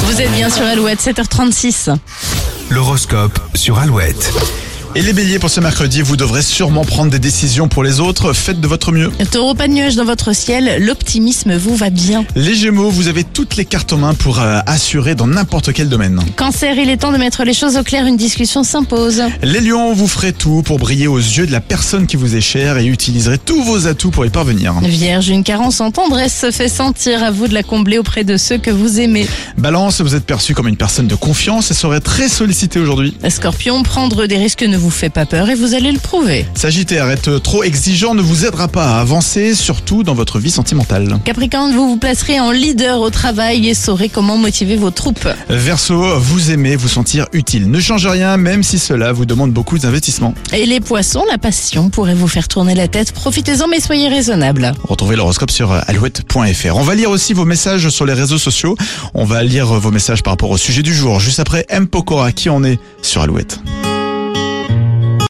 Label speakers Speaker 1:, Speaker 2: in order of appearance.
Speaker 1: Vous êtes bien sur Alouette, 7h36.
Speaker 2: L'horoscope sur Alouette.
Speaker 3: Et les béliers pour ce mercredi, vous devrez sûrement prendre des décisions pour les autres, faites de votre mieux.
Speaker 1: Taureau, pas de nuages dans votre ciel, l'optimisme vous va bien.
Speaker 3: Les gémeaux, vous avez toutes les cartes en main pour euh, assurer dans n'importe quel domaine.
Speaker 1: Cancer, il est temps de mettre les choses au clair, une discussion s'impose.
Speaker 3: Les lions, vous ferez tout pour briller aux yeux de la personne qui vous est chère et utiliserez tous vos atouts pour y parvenir.
Speaker 1: Vierge, une carence en tendresse se fait sentir, à vous de la combler auprès de ceux que vous aimez.
Speaker 3: Balance, vous êtes perçu comme une personne de confiance et serez très sollicité aujourd'hui.
Speaker 1: Scorpion, prendre des risques ne vous fait pas peur et vous allez le prouver.
Speaker 3: Sagittaire, être trop exigeant ne vous aidera pas à avancer, surtout dans votre vie sentimentale.
Speaker 1: Capricorne, vous vous placerez en leader au travail et saurez comment motiver vos troupes.
Speaker 3: Verseau, vous aimez vous sentir utile. Ne change rien, même si cela vous demande beaucoup d'investissement.
Speaker 1: Et les poissons, la passion pourrait vous faire tourner la tête, profitez-en mais soyez raisonnables.
Speaker 3: Retrouvez l'horoscope sur euh, alouette.fr. On va lire aussi vos messages sur les réseaux sociaux. On va lire euh, vos messages par rapport au sujet du jour, juste après M. Pokora qui en est sur Alouette.